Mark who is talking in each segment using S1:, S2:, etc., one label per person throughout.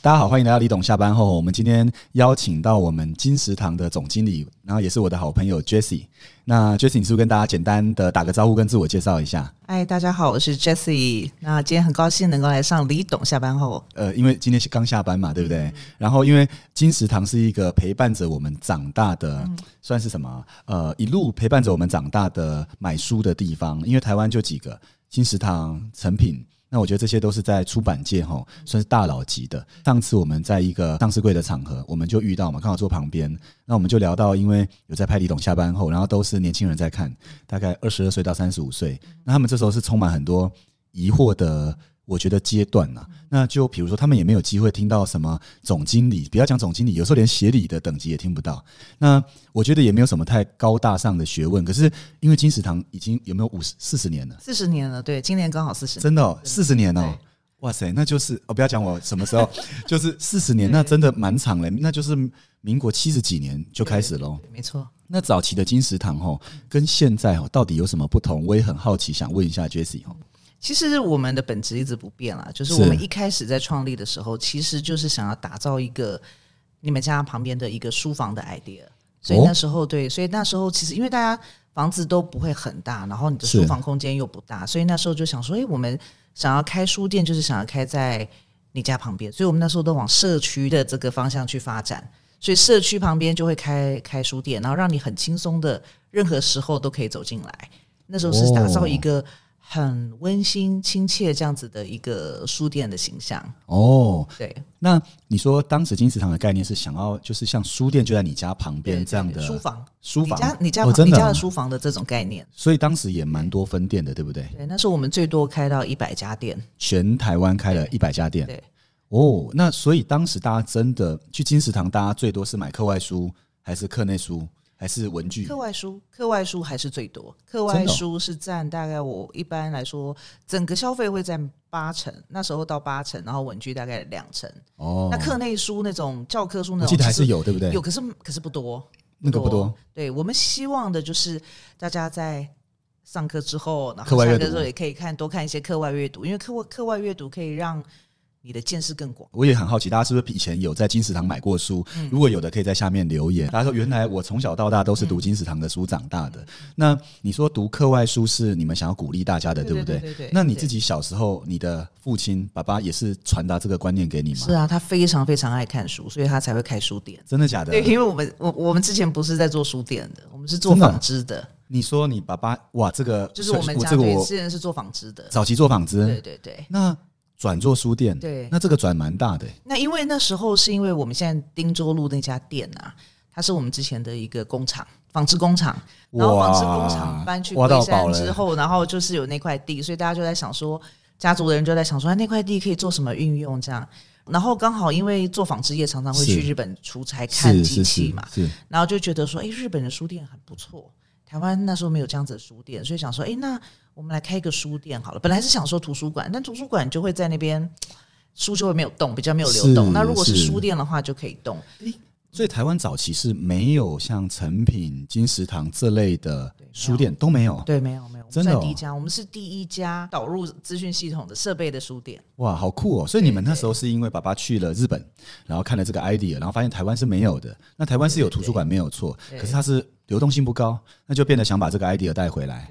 S1: 大家好，欢迎来到李董下班后。我们今天邀请到我们金石堂的总经理，然后也是我的好朋友 Jessie。那 Jessie，你是不是跟大家简单的打个招呼，跟自我介绍一下？
S2: 嗨，大家好，我是 Jessie。那今天很高兴能够来上李董下班后，
S1: 呃，因为今天是刚下班嘛，对不对？然后，因为金石堂是一个陪伴着我们长大的，算是什么？呃，一路陪伴着我们长大的买书的地方。因为台湾就几个金石堂、成品。那我觉得这些都是在出版界哈，算是大佬级的。上次我们在一个上市柜的场合，我们就遇到嘛，刚好坐旁边，那我们就聊到，因为有在拍李董下班后，然后都是年轻人在看，大概二十二岁到三十五岁，那他们这时候是充满很多疑惑的，我觉得阶段啊呐、那就比如说，他们也没有机会听到什么总经理，不要讲总经理，有时候连协理的等级也听不到。那我觉得也没有什么太高大上的学问。可是因为金石堂已经有没有五十四十年了？
S2: 四十年了，对，今年刚好四十。
S1: 真的哦，四十年哦
S2: 对，
S1: 哇塞，那就是哦，不要讲我什么时候，就是四十 年，那真的蛮长了，那就是民国七十几年就开始喽。
S2: 对没错，
S1: 那早期的金石堂哦，跟现在哦到底有什么不同？我也很好奇，想问一下 Jesse 哦。
S2: 其实我们的本质一直不变啦，就是
S1: 是
S2: 我们一开始在创立的时候，其实就是想要打造一个你们家旁边的一个书房的 idea。所以
S1: 哦
S2: 那时候，对，所以那时候其实因为大家房子都不会很大，然后你的
S1: 是
S2: 书房空间又不大，所以那时候就想说，哎、我们想要开书店，就是想要开在你家旁边，所以我们那时候都往社区的这个方向去发展。所以社区旁边就会开开书店，然后让你很轻松的，任何时候都可以走进来。那时候是打造一个很温馨、亲切这样子的一个书店的形象。
S1: 哦，
S2: 对，
S1: 那你说当时金石堂的概念是想要就是像书店就在你家旁
S2: 对
S1: 边这样的
S2: 对书房，
S1: 书
S2: 你家
S1: 房，
S2: 你家、
S1: 哦真
S2: 你
S1: 的
S2: 家
S1: 啊
S2: 的，书房的这种概念。
S1: 所以当时也蛮多分店的，对不对？
S2: 对，那时候我们最多开到一百家店。
S1: 全台湾开了一百家店，
S2: 对，
S1: 哦，那所以当时大家真的去金石堂，大家最多是买课外书，还是课内书，还是文具？
S2: 课外书，课外书还是最多。课
S1: 嗯真
S2: 外
S1: 的哦
S2: 书是占大概我一般来说整个消费会占八成，那时候到八成，然后文具大概两成。
S1: 哦
S2: 那，课内书那种教科书那
S1: 我
S2: 种，
S1: 记得还
S2: 其实
S1: 是有，对不对？
S2: 有，可是可是不多，
S1: 那个不多。
S2: 对我们希望的就是大家在上课之后，然
S1: 课
S2: 后
S1: 外
S2: 下
S1: 阅
S2: 课
S1: 读
S2: 之后也可以看多看一些课外阅读，因为课外课外阅读可以让你的见识更广。
S1: 我也很好奇，大家是不是以前有在金石堂买过书？
S2: 嗯
S1: 如果有的，可以在下面留言。大家说，原来我从小到大都是
S2: 嗯
S1: 读金石堂的书长大的。那你说读课外书是你们想要鼓励大家的，
S2: 对
S1: 不
S2: 对对对对
S1: 那你自己小时候，你的父亲、爸爸也是传达这个观念给你吗
S2: 是？啊，他非常非常爱看书，所以他才会开书店。
S1: 真的假的
S2: 对，？因为我们我我们之前不是在做书店的，我们是做
S1: 真的啊
S2: 纺织的，
S1: 你说你爸爸哇，这个
S2: 就是我们家
S1: 这个
S2: 对
S1: 我
S2: 之前是做纺织的。
S1: 早期做纺织，
S2: 对对对。
S1: 那转做书店，
S2: 对
S1: 那这个转蛮大的欸、
S2: 那因为那时候是因为我们现在汀州路那家店啊，它是我们之前的一个工厂，纺织工厂。然后纺织工厂搬去
S1: 哇挖
S2: 龟
S1: 到宝
S2: 山之
S1: 了，
S2: 后，然后就是有那块地，所以大家就在想说，家族的人就在想说，哎，那块地可以做什么运用这样。然后刚好因为做纺织业，常常会
S1: 是
S2: 去日本出差看
S1: 是
S2: 机
S1: 是
S2: 器
S1: 是
S2: 嘛，
S1: 是，
S2: 然后就觉得说，哎，日本的书店很不错。台湾那时候没有这样子的书店，所以想说，哎，那我们来开一个书店好了。本来是想说图书馆，但图书馆就会在那边书就会没有动，比较没有流
S1: 是
S2: 动。那如果是
S1: 是
S2: 书店的话，就可以动。
S1: 所以台湾早期是没有像成品、金石堂这类的书店都没有，
S2: 对，没有没有，我
S1: 真
S2: 们
S1: 的哦
S2: 算第一家，我们是第一家导入资讯系统的设备的书店。
S1: 哇，好酷哦！所以你们那时候是因为爸爸去了日本，然后看了这个 idea，然后发现台湾是没有的。那台湾是有图书馆没有错，
S2: 对
S1: 可是它是流动性不高，那就变得想把这个 idea 带回来。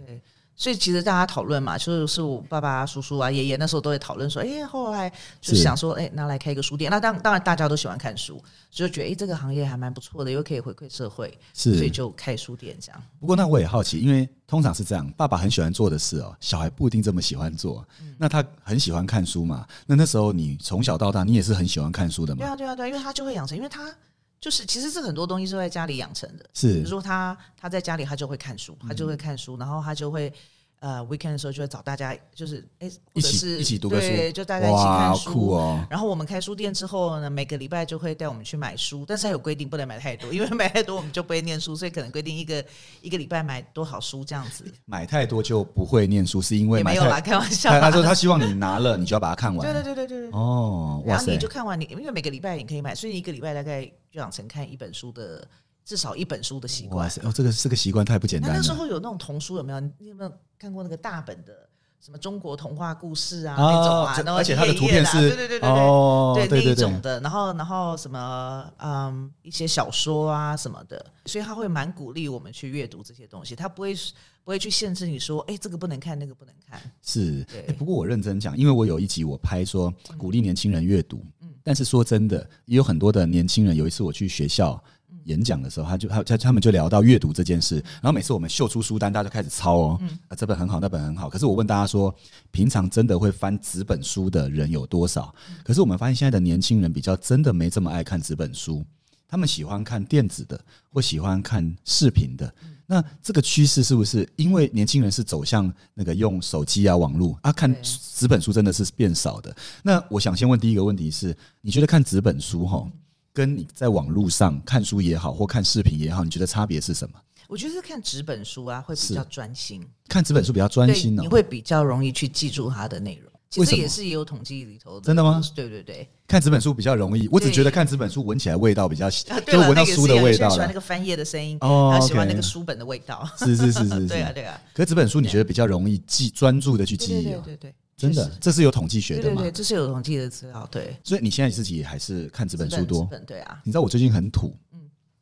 S2: 所以其实大家讨论嘛，就是我爸爸、叔叔啊、爷爷那时候都会讨论说，哎、后来就是
S1: 是
S2: 想说，哎、拿来开一个书店。那当当然大家都喜欢看书，所以就觉得哎、这个行业还蛮不错的，又可以回馈社会，所以
S1: 是，
S2: 就开书店这样。
S1: 不过那我也好奇，因为通常是这样，爸爸很喜欢做的事哦，小孩不一定这么喜欢做。
S2: 嗯
S1: 那他很喜欢看书嘛？那那时候你从小到大，你也是很喜欢看书的
S2: 对
S1: 嘛？
S2: 啊，对啊，对啊，因为他就会养成，因为他就是其实这很多东西是在家里养成的。比
S1: 是
S2: 如说他他在家里他就会看书，他就会看书，然后他就会。呃，weekend 的时候就会找大家，就是哎，
S1: 一
S2: 或者
S1: 起
S2: 是
S1: 一起读个书
S2: 对，，就大家一起
S1: 哇，
S2: 看
S1: 好
S2: 书。
S1: 酷哦！
S2: 然后我们开书店之后呢，每个礼拜就会带我们去买书，但是它有规定不能买太多，因为买太多我们就不会念书，所以可能规定一个一个礼拜买多少书这样子，
S1: 买太多就不会念书，是因为
S2: 也
S1: 买
S2: 没有啦，
S1: 太
S2: 开玩笑
S1: 他
S2: 啦。
S1: 他说他希望你拿了，你就要把它看
S2: 对
S1: 完。
S2: 对对对对对。
S1: 哦，哇
S2: 然后
S1: 塞
S2: 你就！看完你，因为每个礼拜你可以买，所以你一个礼拜大概就养成看一本书的至少一本书的习
S1: 哇
S2: 惯。
S1: 塞！哦，这个这个习惯太不简
S2: 那
S1: 单
S2: 那时
S1: 了。
S2: 候有那种童书有没有？你有没有看过那个大本的什么中国童话故事啊、
S1: 啊
S2: 那种啊
S1: 这，
S2: 然后
S1: 而且它的
S2: 黑
S1: 图
S2: 夜
S1: 片
S2: 的啊
S1: 是
S2: 对对对对对。
S1: 哦，
S2: 对
S1: 对
S2: 那一
S1: 对
S2: 种的，然后然后什么嗯一些小说啊什么的，所以他会蛮鼓励我们去阅读这些东西，他不会不会去限制你说，哎、这个不能看，那个不能看，
S1: 是
S2: 对，
S1: 欸不过我认真讲，因为我有一集我拍说鼓励年轻人阅读，但是说真的，也有很多的年轻人，有一次我去学校。演讲的时候，他就他他他们就聊到阅读这件事，然后每次我们秀出书单，大家就开始抄哦，啊这本很好，那本很好。可是我问大家说，平常真的会翻纸本书的人有多少？可是我们发现现在的年轻人比较真的没这么爱看纸本书，他们喜欢看电子的或喜欢看视频的。那这个趋势是不是因为年轻人是走向那个用手机啊、网络啊，看
S2: 对
S1: 纸本书真的是变少的？那我想先问第一个问题是，你觉得看纸本书哈，跟你在网络上看书也好，或看视频也好，你觉得差别是什么？
S2: 我觉得是看纸本书啊会比
S1: 是
S2: 较专心，
S1: 看纸本书比较专
S2: 对，
S1: 心哦
S2: 你，会比较容易去记住它的内容。其
S1: 为
S2: 实
S1: 什么
S2: 也是也有统计里头的，
S1: 真的吗？
S2: 对对对，
S1: 看纸本书比较容易。我只
S2: 对
S1: 觉得看纸本书闻起来味道比较，
S2: 啊 对
S1: 就
S2: 了
S1: 闻到
S2: 那个也
S1: 书
S2: 是
S1: 的
S2: 有
S1: 味
S2: 些人
S1: 道
S2: 喜欢
S1: 了
S2: 那。个翻页的声音，
S1: 哦
S2: 然后喜欢那
S1: OK
S2: 个书本的味道。
S1: 是是是是是，
S2: 对啊，对啊，
S1: 可是纸本书你觉得比较容易记专注的去
S2: 对
S1: 记
S2: 对
S1: 忆、
S2: 对
S1: 哦，
S2: 对对，
S1: 真
S2: 确
S1: 的
S2: 实，
S1: 这是有统计学
S2: 对
S1: 的
S2: 对
S1: 嘛
S2: 对，？这是有统计的资料，对，
S1: 所以你现在自己还是看纸本书
S2: 纸
S1: 多。
S2: 本对啊，嗯
S1: 你知道我最近很土，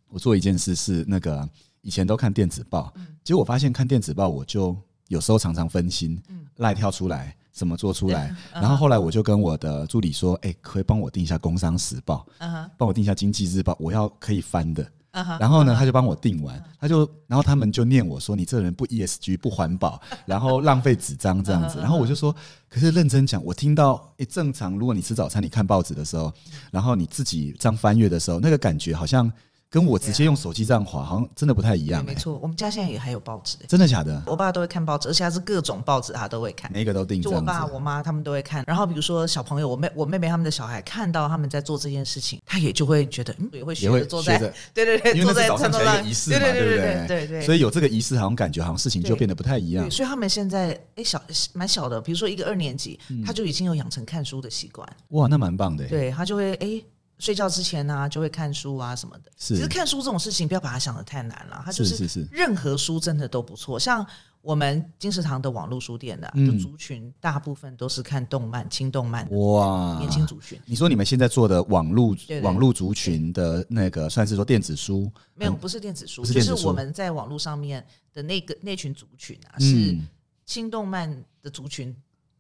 S1: 我做一件事是那个以前都看电子报，
S2: 嗯
S1: 结果我发现看电子报我就有时候常常分心，
S2: 嗯
S1: 赖跳出来。怎么做出来？然后后来我就跟我的助理说：“哎、可以帮我订一下《工商时报》，
S2: 嗯哼，
S1: 帮我订一下《经济日报》，我要可以翻的。”
S2: 嗯哼，
S1: 然后呢，他就帮我订完，他就，然后他们就念我说你这人不 ESG 不环 保，然后浪费纸张这
S2: 嗯
S1: 样子。然后我就说，可是认真讲，我听到诶，正常，如果你吃早餐，你看报纸的时候，
S2: 嗯
S1: 然后你自己这样翻阅的时候，那个感觉好像跟我直接用手机这样滑，好像真的不太一
S2: 对，
S1: 样、
S2: 没
S1: 欸。
S2: 错，我们家现在也还有报纸，
S1: 真的假的？
S2: 我爸都会看报纸，而且他是各种报纸他都会看。
S1: 每一个都订
S2: 就
S1: 这
S2: 我
S1: 样
S2: 爸、
S1: 子。
S2: 我妈他们都会看，然后比如说小朋友，我妹、我妹妹他们的小孩看到他们在做这件事情，他也就会觉得，嗯，也会学
S1: 也会
S2: 着坐
S1: 学
S2: 在
S1: 着，
S2: 对对对，
S1: 因为
S2: 坐
S1: 那是
S2: 在
S1: 早上
S2: 餐
S1: 起
S2: 桌
S1: 来一
S2: 上
S1: 个仪式嘛，
S2: 对
S1: 对
S2: 对
S1: 不
S2: 对
S1: 对
S2: 对对，
S1: 所以有这个仪式，好像感觉好像事情就
S2: 对
S1: 变得不太一样
S2: 对，。所以他们现在哎、小蛮小的，比如说一个二年级，
S1: 嗯
S2: 他就已经有养成看书的习惯，
S1: 哇，那蛮棒的欸。
S2: 对他就会哎、睡觉之前呢、就会看书啊什么的。
S1: 是
S2: 其实看书这种事情，不要把它想的太难了，它就是
S1: 是是
S2: 任何书真的都不错。像我们金石堂的网络书店的、
S1: 嗯
S2: 就族群大部分都是看动漫、轻动漫的
S1: 哇，
S2: 年轻族群，
S1: 你说你们现在做的网络
S2: 对对
S1: 网络族群的那个，算是说电子书，
S2: 没有不是电子书，
S1: 不是
S2: 就
S1: 电子
S2: 是
S1: 书
S2: 我们在网络上面的那个那群族群啊，是
S1: 嗯，
S2: 轻动漫的族群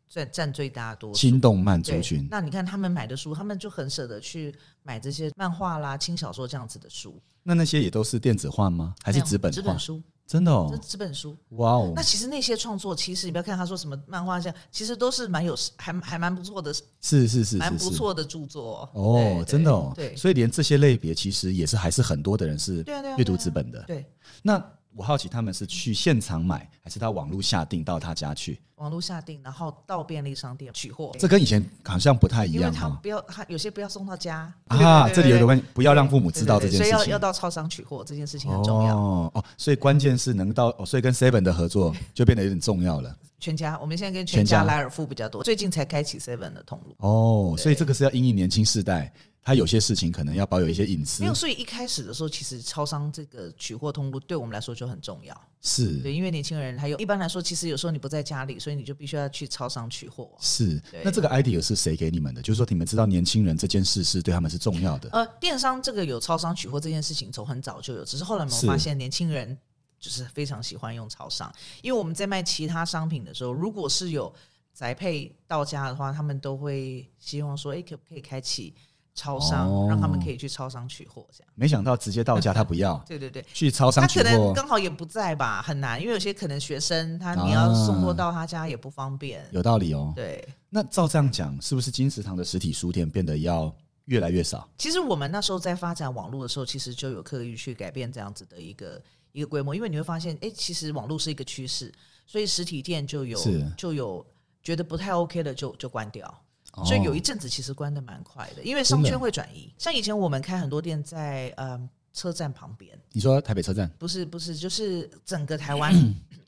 S2: 占占最大多数。
S1: 轻动漫
S2: 对
S1: 族群，
S2: 那你看他们买的书，他们就很舍得去买这些漫画啦、轻小说这样子的书，
S1: 那那些也都是电子化吗？还是
S2: 没有
S1: 纸本
S2: 纸
S1: 化
S2: 本？书，
S1: 真的
S2: 这
S1: 哦，
S2: 纸本书。
S1: 哇哦
S2: 那，其实那些创作，其实你不要看他说什么漫画这样，其实都是蛮有，还还蛮不错的，
S1: 是是是
S2: 蛮
S1: 是
S2: 不
S1: 是，
S2: 错的著作
S1: 哦，真的哦，
S2: 对
S1: 所以连这些类别其实也是还是很多的人是
S2: 对啊对啊
S1: 阅读纸本的。
S2: 对，
S1: 那我好奇他们是去现场买，还是到网络下订到他家去？
S2: 网络下订，然后到便利商店取货，
S1: 这跟以前好像不太一
S2: 因为
S1: 样
S2: 他
S1: 哈。
S2: 不要，他有些不要送到家
S1: 啊，这里有一个关
S2: 问
S1: 系，不要让父母知道这件
S2: 所以
S1: 事
S2: 要要
S1: 情。
S2: 到超商取货这件事情很重要。
S1: 哦哦，所以关键是能到，哦、所以跟 Seven 的合作就变得有点重要了。
S2: 全家，我们现在跟全
S1: 全家
S2: 家、莱尔富比较多，最近才开启 Seven 的通路。
S1: 哦，所以这个是要因应年轻世代，他有些事情可能要保有一些隐私
S2: 没有，，所以一开始的时候，其实超商这个取货通路对我们来说就很重要。
S1: 是
S2: 对，因为年轻人还有一般来说，其实有时候你不在家里，所以你就必须要去超商取货。
S1: 是
S2: 对。
S1: 那这个 idea 是谁给你们的？就是说你们知道年轻人这件事是对他们是重 要的，
S2: 呃，电商这个有超商取货这件事情，从很早就有，只是后来我们
S1: 是
S2: 发现年轻人就是非常喜欢用超商，因为我们在卖其他商品的时候，如果是有宅配到家的话，他们都会希望说，哎、可不可以开启超商，
S1: 哦
S2: 让他们可以去超商取货这样。
S1: 没想到直接到家他不 要，
S2: 对对对，
S1: 去超
S2: 他
S1: 商取
S2: 可能
S1: 货。
S2: 刚好也不在吧，很难，因为有些可能学生他
S1: 啊
S2: 你要送货到他家也不方便。
S1: 有道理哦。
S2: 对，
S1: 那照这样讲，是不是金石堂的实体书店变得要越来越少？
S2: 其实我们那时候在发展网络的时候，其实就有刻意去改变这样子的一个一个规模，因为你会发现，哎，其实网络是一个趋势，所以实体店就有
S1: 是
S2: 就有觉得不太 OK 的就就关掉。所以有一阵子其实关的蛮快的，因为商
S1: 哦真
S2: 圈
S1: 的
S2: 会转移。像以前我们开很多店在嗯车站旁边，
S1: 你说台北车站，
S2: 不是不是，就是整 个台湾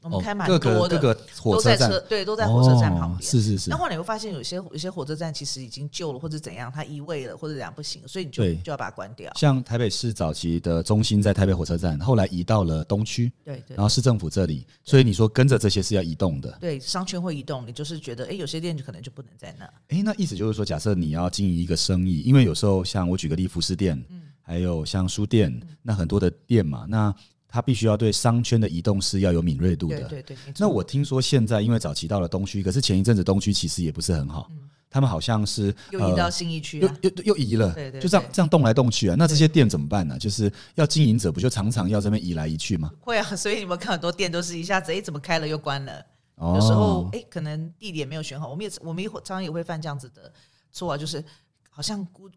S2: 我们
S1: 哦
S2: 开蛮
S1: 各
S2: 多
S1: 个
S2: 的，
S1: 各个火
S2: 都
S1: 车
S2: 在
S1: 站
S2: 车对都在火车站旁
S1: 哦
S2: 边。
S1: 是是是
S2: 那，后来你会发现，有些有些火车站其实已经旧了，或者怎样，它移位了，或者怎样不行，所以你就
S1: 对
S2: 就要把它关掉。
S1: 像台北市早期的中心在台北火车站，后来移到了东区，
S2: 对对
S1: 然后市政府这里，所以你说跟着这些是要移动的。
S2: 对，商圈会移动，你就是觉得，哎，有些店就可能就不能在那。
S1: 诶，那意思就是说，假设你要经营一个生意，因为有时候像我举个例，服饰店，
S2: 嗯
S1: 还有像书店，那很多的店嘛，那它必须要对商圈的移动是要有敏锐度
S2: 对
S1: 的。
S2: 对对，没错
S1: 那我听说现在因为早期到了东区，可是前一阵子东区其实也不是很好，他们好像是呃
S2: 嗯又移到信义区
S1: 又
S2: 啊，
S1: 又又移了，
S2: 对对
S1: 就这样
S2: 对
S1: 这样动来动去啊。那这些店怎么办呢、就是要经营者不就常常要这边移来移去吗？
S2: 会啊，所以你们看很多店都是一下子，哎，怎么开了又关了。
S1: 哦
S2: 有时候哎、诶可能地点没有选好，我们也我们也会常常也会犯这样子的错啊，就是好像估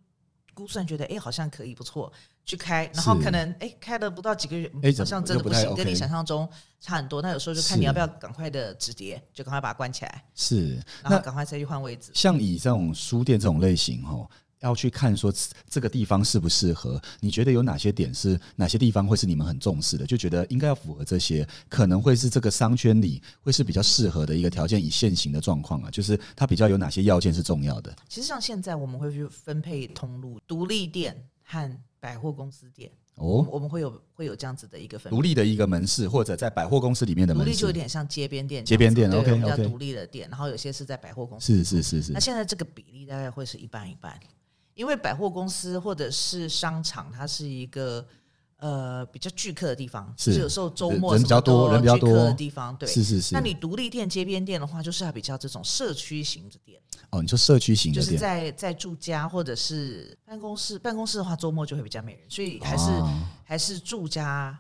S2: 估算觉得哎、诶好像可以不错去开，然后
S1: 是
S2: 可能哎、诶开了不到几个月，嗯
S1: 诶
S2: 好
S1: 怎
S2: 像
S1: 么
S2: 真的
S1: 又不
S2: 不
S1: 太
S2: 行，跟你
S1: OK
S2: 想象中差很多。那有时候就看
S1: 是
S2: 你要不要赶快的止跌，就赶快把它关起来，
S1: 是
S2: 然
S1: 那
S2: 后赶快再去换位置。
S1: 像以这种书店这种类型哦，要去看说这这个地方适不适合，你觉得有哪些点是哪些地方会是你们很重视的，就觉得应该要符合这些，可能会是这个商圈里会是比较适合的一个条件，以现行的状况啊，就是它比较有哪些要件是重要的。
S2: 其实像现在我们会去分配通路、独立店和百货公司店，我
S1: 哦
S2: 们，我们会有会有这样子的一个分配
S1: 独。立的一个门市，或者在百货公司里面的
S2: 独立
S1: 门
S2: 就有
S1: 市，
S2: 点像街边店
S1: 街
S2: 这样
S1: 边店
S2: 子，对，
S1: OK，
S2: 我们叫
S1: OK
S2: 独立的店，然后有些是在百货公司。
S1: 是是是是
S2: 那，现在这个比例大概会是一半一半，因为百货公司或者是商场，它是一个呃比较聚客的地方，
S1: 是
S2: 就是有时候周末
S1: 人
S2: 什么都
S1: 人比较多
S2: 聚
S1: 人比
S2: 客
S1: 较多
S2: 的地方，对。
S1: 是是是。
S2: 那你独立店、街边店的话，就是要比较这种社区型的店，
S1: 哦，你说社区型
S2: 就
S1: 的
S2: 是
S1: 店，
S2: 在在住家或者是办公室。办公室的话，周末就会比较没人，所以还是、
S1: 啊
S2: 还是住家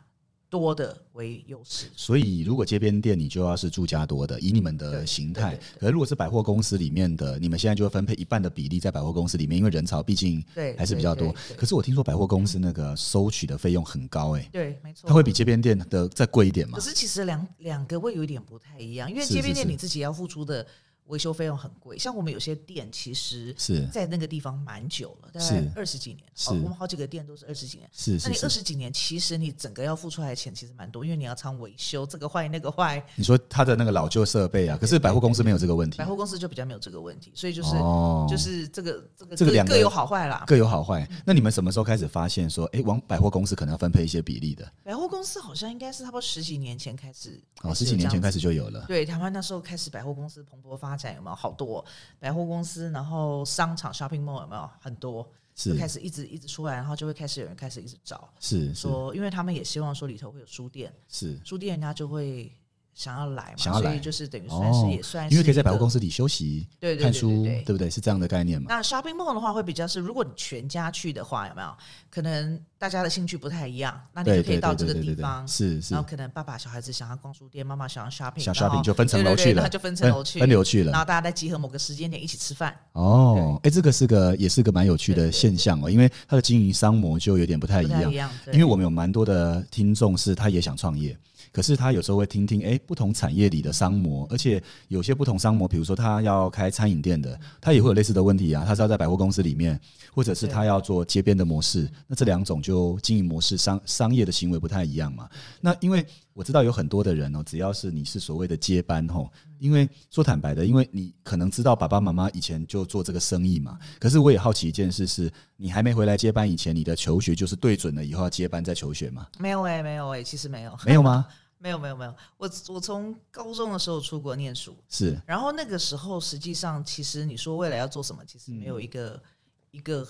S2: 多的为优势。
S1: 所以，如果街边店，你就要是住家多的，以你们的
S2: 对
S1: 形
S2: 对
S1: 态
S2: 对；
S1: 可是如果是百货公司里面的，你们现在就会分配一半的比例在百货公司里面，因为人潮毕竟
S2: 对，
S1: 还是
S2: 对
S1: 比较多
S2: 对。对
S1: 可是我听说百货公司那个收取的费用很高、欸，
S2: 对，没错，
S1: 它会比街边店的再贵一点嘛
S2: 可？是其实两两个会有一点不太一样，因为
S1: 是
S2: 街边
S1: 是
S2: 店
S1: 是
S2: 你自己要付出的维修费用很贵，像我们有些店其实
S1: 是
S2: 在那个地方蛮久了，大
S1: 是
S2: 概二十几年，
S1: 是
S2: 哦，我们好几个店都是二十几年。
S1: 是
S2: 那
S1: 是
S2: 你二
S1: 是，
S2: 十几年，其实你整个要付出来的钱其实蛮多，因为你要常维修，这个坏那个坏，
S1: 你说它的那个老旧设备啊，可是百货公司没有这个问题
S2: 百，货公司就比较没有这个问题，所以就是、
S1: 哦
S2: 就是这个这个
S1: 这个
S2: 各
S1: 两个
S2: 各有好坏啦。
S1: 各有好坏。那你们什么时候开始发现说，哎，往百货公司可能要分配一些比例的？
S2: 百货公司好像应该是差不多十几年前开始，
S1: 哦，十几年前
S2: 始有这样子
S1: 开始就有 了。
S2: 对，台湾那时候开始百货公司蓬勃发展，有没有好多百货公司？然后商场 shopping mall 有没有很多？
S1: 是
S2: 就开始一直一直出来，然后就会开始有人开始一直找，
S1: 是是
S2: 说因为他们也希望说里头会有书店，
S1: 是，
S2: 书店人家就会想要来嘛，
S1: 想要
S2: 所
S1: 来
S2: 以就是等于算是、
S1: 哦
S2: 也算是
S1: 因为可以在百货公
S2: 司。
S1: 司里休息、
S2: 对对
S1: 看
S2: 对对
S1: 书，
S2: 对
S1: 对不对？是这样的概念嘛？
S2: 那 shopping mall 的话会比较是，如果你全家去的话，有没有可能大家的兴趣不太一样？那你
S1: 对
S2: 就可以
S1: 对
S2: 到
S1: 对
S2: 这
S1: 对
S2: 个
S1: 对
S2: 地
S1: 对对
S2: 方，，
S1: 是是
S2: 然后，可能爸爸小孩子想要逛书店，妈妈想要 shopping，
S1: 想
S2: 然后
S1: shopping 就分层楼
S2: 对对
S1: 去
S2: 对然
S1: 了，
S2: 后就分层楼去
S1: 分流去
S2: 然
S1: 了。
S2: 后大家再集合某个时间点一起吃饭，
S1: 哦，哎，这个是个也是个蛮有趣
S2: 对
S1: 的
S2: 对
S1: 现象哦，因为它的经营商模就有点不太
S2: 不
S1: 一
S2: 太
S1: 样
S2: 一。样。对
S1: 因为我们有蛮多的听众是他也想创业，可是他有时候会听听诶不同产业里的商模，而且有些不同商模，比如说他要开餐饮店的，他也会有类似的问题啊，他是要在百货公司里面，或者是他要做街边的模式，那这两种就经营模式商商业的行为不太一样嘛。那因为我知道有很多的人哦，只要是你是所谓的接班吼，因为说坦白的，因为你可能知道爸爸妈妈以前就做这个生意嘛，可是我也好奇一件事是，你还没回来接班以前，你的求学就是对准了以后要接班再求学 嘛？
S2: 没有哎、没有哎、其实没有，
S1: 没有吗？
S2: 没有，没有，没有。我我从高中的时候出国念书，
S1: 是
S2: 然后那个时候实际上，其实你说未来要做什么，其实没有一个、
S1: 嗯
S2: 一个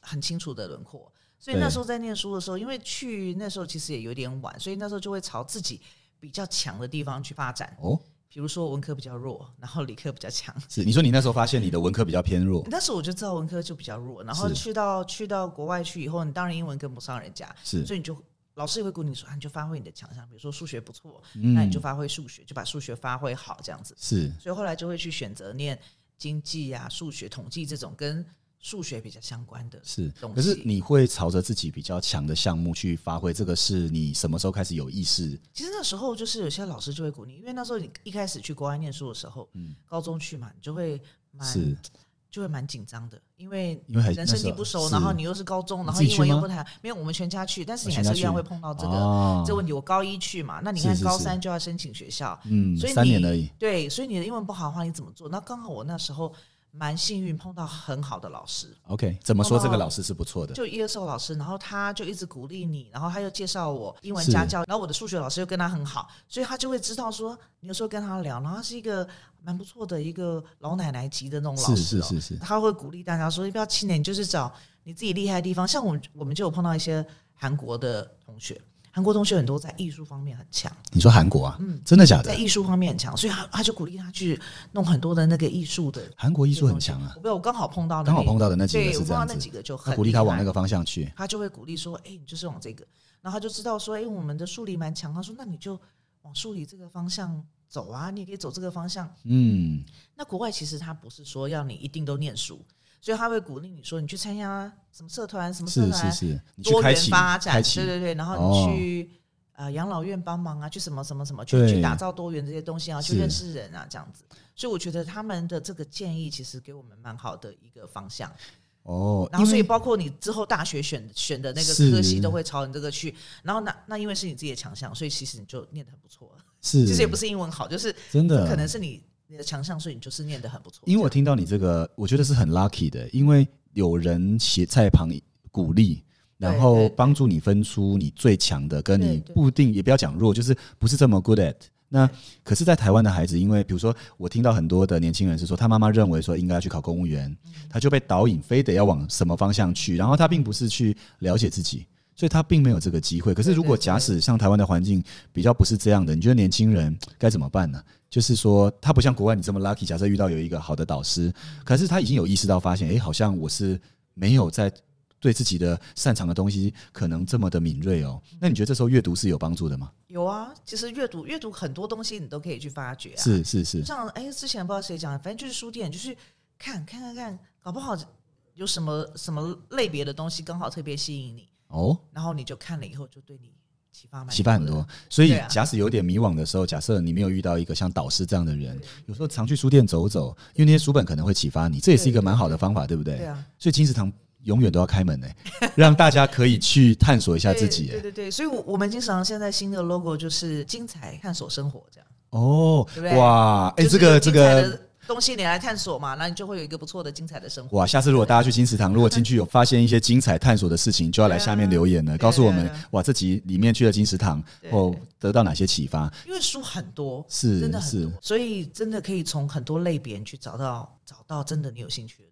S2: 很清楚的轮廓。所以
S1: 对
S2: 那时候在念书的时候，因为去那时候其实也有点晚，所以那时候就会朝自己比较强的地方去发展。
S1: 哦，
S2: 比如说文科比较弱，然后理科比较强。
S1: 是你说你那时候发现你的文科比较偏弱，
S2: 那时候我就知道文科就比较弱，然后
S1: 是
S2: 去到去到国外去以后，你当然英文跟不上人家，
S1: 是
S2: 所以你就老师也会鼓励你说，啊，你就发挥你的强项，比如说数学不错，
S1: 嗯
S2: 那你就发挥数学，就把数学发挥好这样子。
S1: 是
S2: 所以后来就会去选择念经济啊、数学、统计这种跟数学比较相关的。
S1: 是，
S2: 东西
S1: 可是你会朝着自己比较强的项目去发挥，这个是你什么时候开始有意识？
S2: 其实那时候就是有些老师就会鼓励，因为那时候你一开始去国外念书的时候，高中去嘛，你就会蛮
S1: 嗯是
S2: 就会蛮紧张的，因为
S1: 因为很
S2: 哎人生地
S1: 哎
S2: 不
S1: 那
S2: 熟，
S1: 时候
S2: 然后你又是高中，
S1: 你
S2: 然后
S1: 自己
S2: 英文
S1: 去
S2: 又
S1: 吗哦
S2: 不太好，没有我们全家去，但是你
S1: 全
S2: 还
S1: 家
S2: 是一样
S1: 去
S2: 会碰到这个、
S1: 哦
S2: 这问题。我高一去嘛，那你
S1: 是
S2: 看
S1: 是
S2: 高
S1: 是
S2: 三就要申请学校，
S1: 嗯，
S2: 所以
S1: 三年
S2: 你
S1: 而已，
S2: 对，所以你的英文不好的话，你怎么做？那刚好我那时候蛮幸运，碰到很好的老师，
S1: OK，怎么说这
S2: 碰到
S1: 个老师是不错的？
S2: 就一二授老师，然后他就一直鼓励你，然后他又介绍我英文
S1: 是
S2: 家教，然后我的数学老师又跟他很好，所以他就会知道说，你有时候跟他聊，然后他是一个蛮不错的一个老奶奶级的那种
S1: 是
S2: 老师、
S1: 是
S2: 哦，
S1: 是是，
S2: 他会鼓励大家说，不要气馁，你就是找你自己厉害的地方。像我们我们就有碰到一些韩国的同学，韩国同学很多在艺术方面很强。
S1: 你说韩国啊？真的假
S2: 嗯在
S1: 的？
S2: 艺术方面很强，所以他他就鼓励他去弄很多的那个艺术的。
S1: 韩国艺术很强啊，
S2: 我不知道，我刚好碰到那
S1: 刚好
S2: 里
S1: 碰到的那几个
S2: 对，
S1: 是
S2: 我
S1: 这
S2: 碰到
S1: 样
S2: 那
S1: 子，
S2: 几个就
S1: 他
S2: 很
S1: 鼓励他往那
S2: 个，
S1: 个方向去。
S2: 他就会鼓励说：“哎、你就是往这个。”然后他就知道说：“哎、我们的数理蛮强。”他说：“那你就往数理这个方向走啊，你也可以走这个方向。
S1: 嗯，”
S2: 那国外其实他不是说要你一定都念书，所以他会鼓励你说：“你去参加什么社团，什么社
S1: 是
S2: 团
S1: 是，是，你去
S2: 多
S1: 开
S2: 元
S1: 启
S2: 发展，
S1: 开启
S2: 对对对，然后
S1: 哦
S2: 你去、呃养老院帮忙啊，去什么什么什么，去
S1: 对
S2: 去打造多元这些东西啊，去
S1: 是
S2: 认识人啊，这样子。所以我觉得他们的这个建议其实给我们蛮好的一个方向，
S1: 哦。
S2: 然后所以
S1: 因为
S2: 包括你之后大学选选的那个
S1: 是
S2: 科系都会朝你这个去，然后那那因为是你自己的强项，所以其实你就念得很不错。
S1: 是
S2: 其实也不是英文好，就是
S1: 真的，
S2: 可能是你你的强项，所以你就是念得很不错。
S1: 因为我
S2: 这样
S1: 听到你这个，我觉得是很 lucky 的，因为有人斜在旁鼓励，
S2: 对
S1: 然后
S2: 对
S1: 帮助你分出你最强的，跟你
S2: 对对
S1: 不一定也不要讲弱，就是不是这么 good at。那可是，在台湾的孩子，因为比如说，我听到很多的年轻人是说，他妈妈认为说应该去考公务员，他就被导引，非得要往什么方向去，然后他并不是去了解自己，所以他并没有这个机会。可是，
S2: 对
S1: 如果
S2: 对对
S1: 假使像台湾的环境比较不是这样的，你觉得年轻人该怎么办呢？就是说，他不像国外你这么 lucky，假设遇到有一个好的导师，
S2: 嗯
S1: 可是他已经有意识到发现，诶，好像我是没有在对自己的擅长的东西可能这么的敏锐哦。那你觉得这时候阅读是有帮助的吗？
S2: 有啊，其实阅读阅读很多东西你都可以去发掘啊。
S1: 是是是，
S2: 像哎，之前不知道谁讲，反正就是书店，就是看看看看，搞不好有什么什么类别的东西刚好特别吸引你，
S1: 哦，
S2: 然后你就看了以后就对你启发蛮
S1: 启发很
S2: 的
S1: 多。。所以
S2: 对啊，
S1: 假使有点迷惘的时候，假设你没有遇到一个像导师这样的人，有时候常去书店走走，因为那些书本可能会启发你，这也是一个蛮好的方法，对不对
S2: 对？啊，
S1: 所以金石堂永远都要开门呢，让大家可以去探索一下自己
S2: 对
S1: 诶。
S2: 对对，所以我我们经常现在新的 logo 就是精彩探索生活这样。
S1: 哦
S2: 对不，对
S1: 哇，哎，这
S2: 就是
S1: 个这
S2: 精彩
S1: 个
S2: 的东西你来探索嘛，那你就会有一个不错的精彩的生活。
S1: 哇，下次如果大家去金石堂，如果进去有发现一些精彩探索的事情，就要来下面留言了，
S2: 对啊
S1: 告诉我
S2: 对
S1: 们
S2: 啊对啊
S1: 哇，这集里面去了金石堂
S2: 对
S1: 后得到哪些启发？
S2: 因为书很多，
S1: 是
S2: 真的很
S1: 是
S2: 多，所以真的可以从很多类别你去找到找到真的你有兴趣的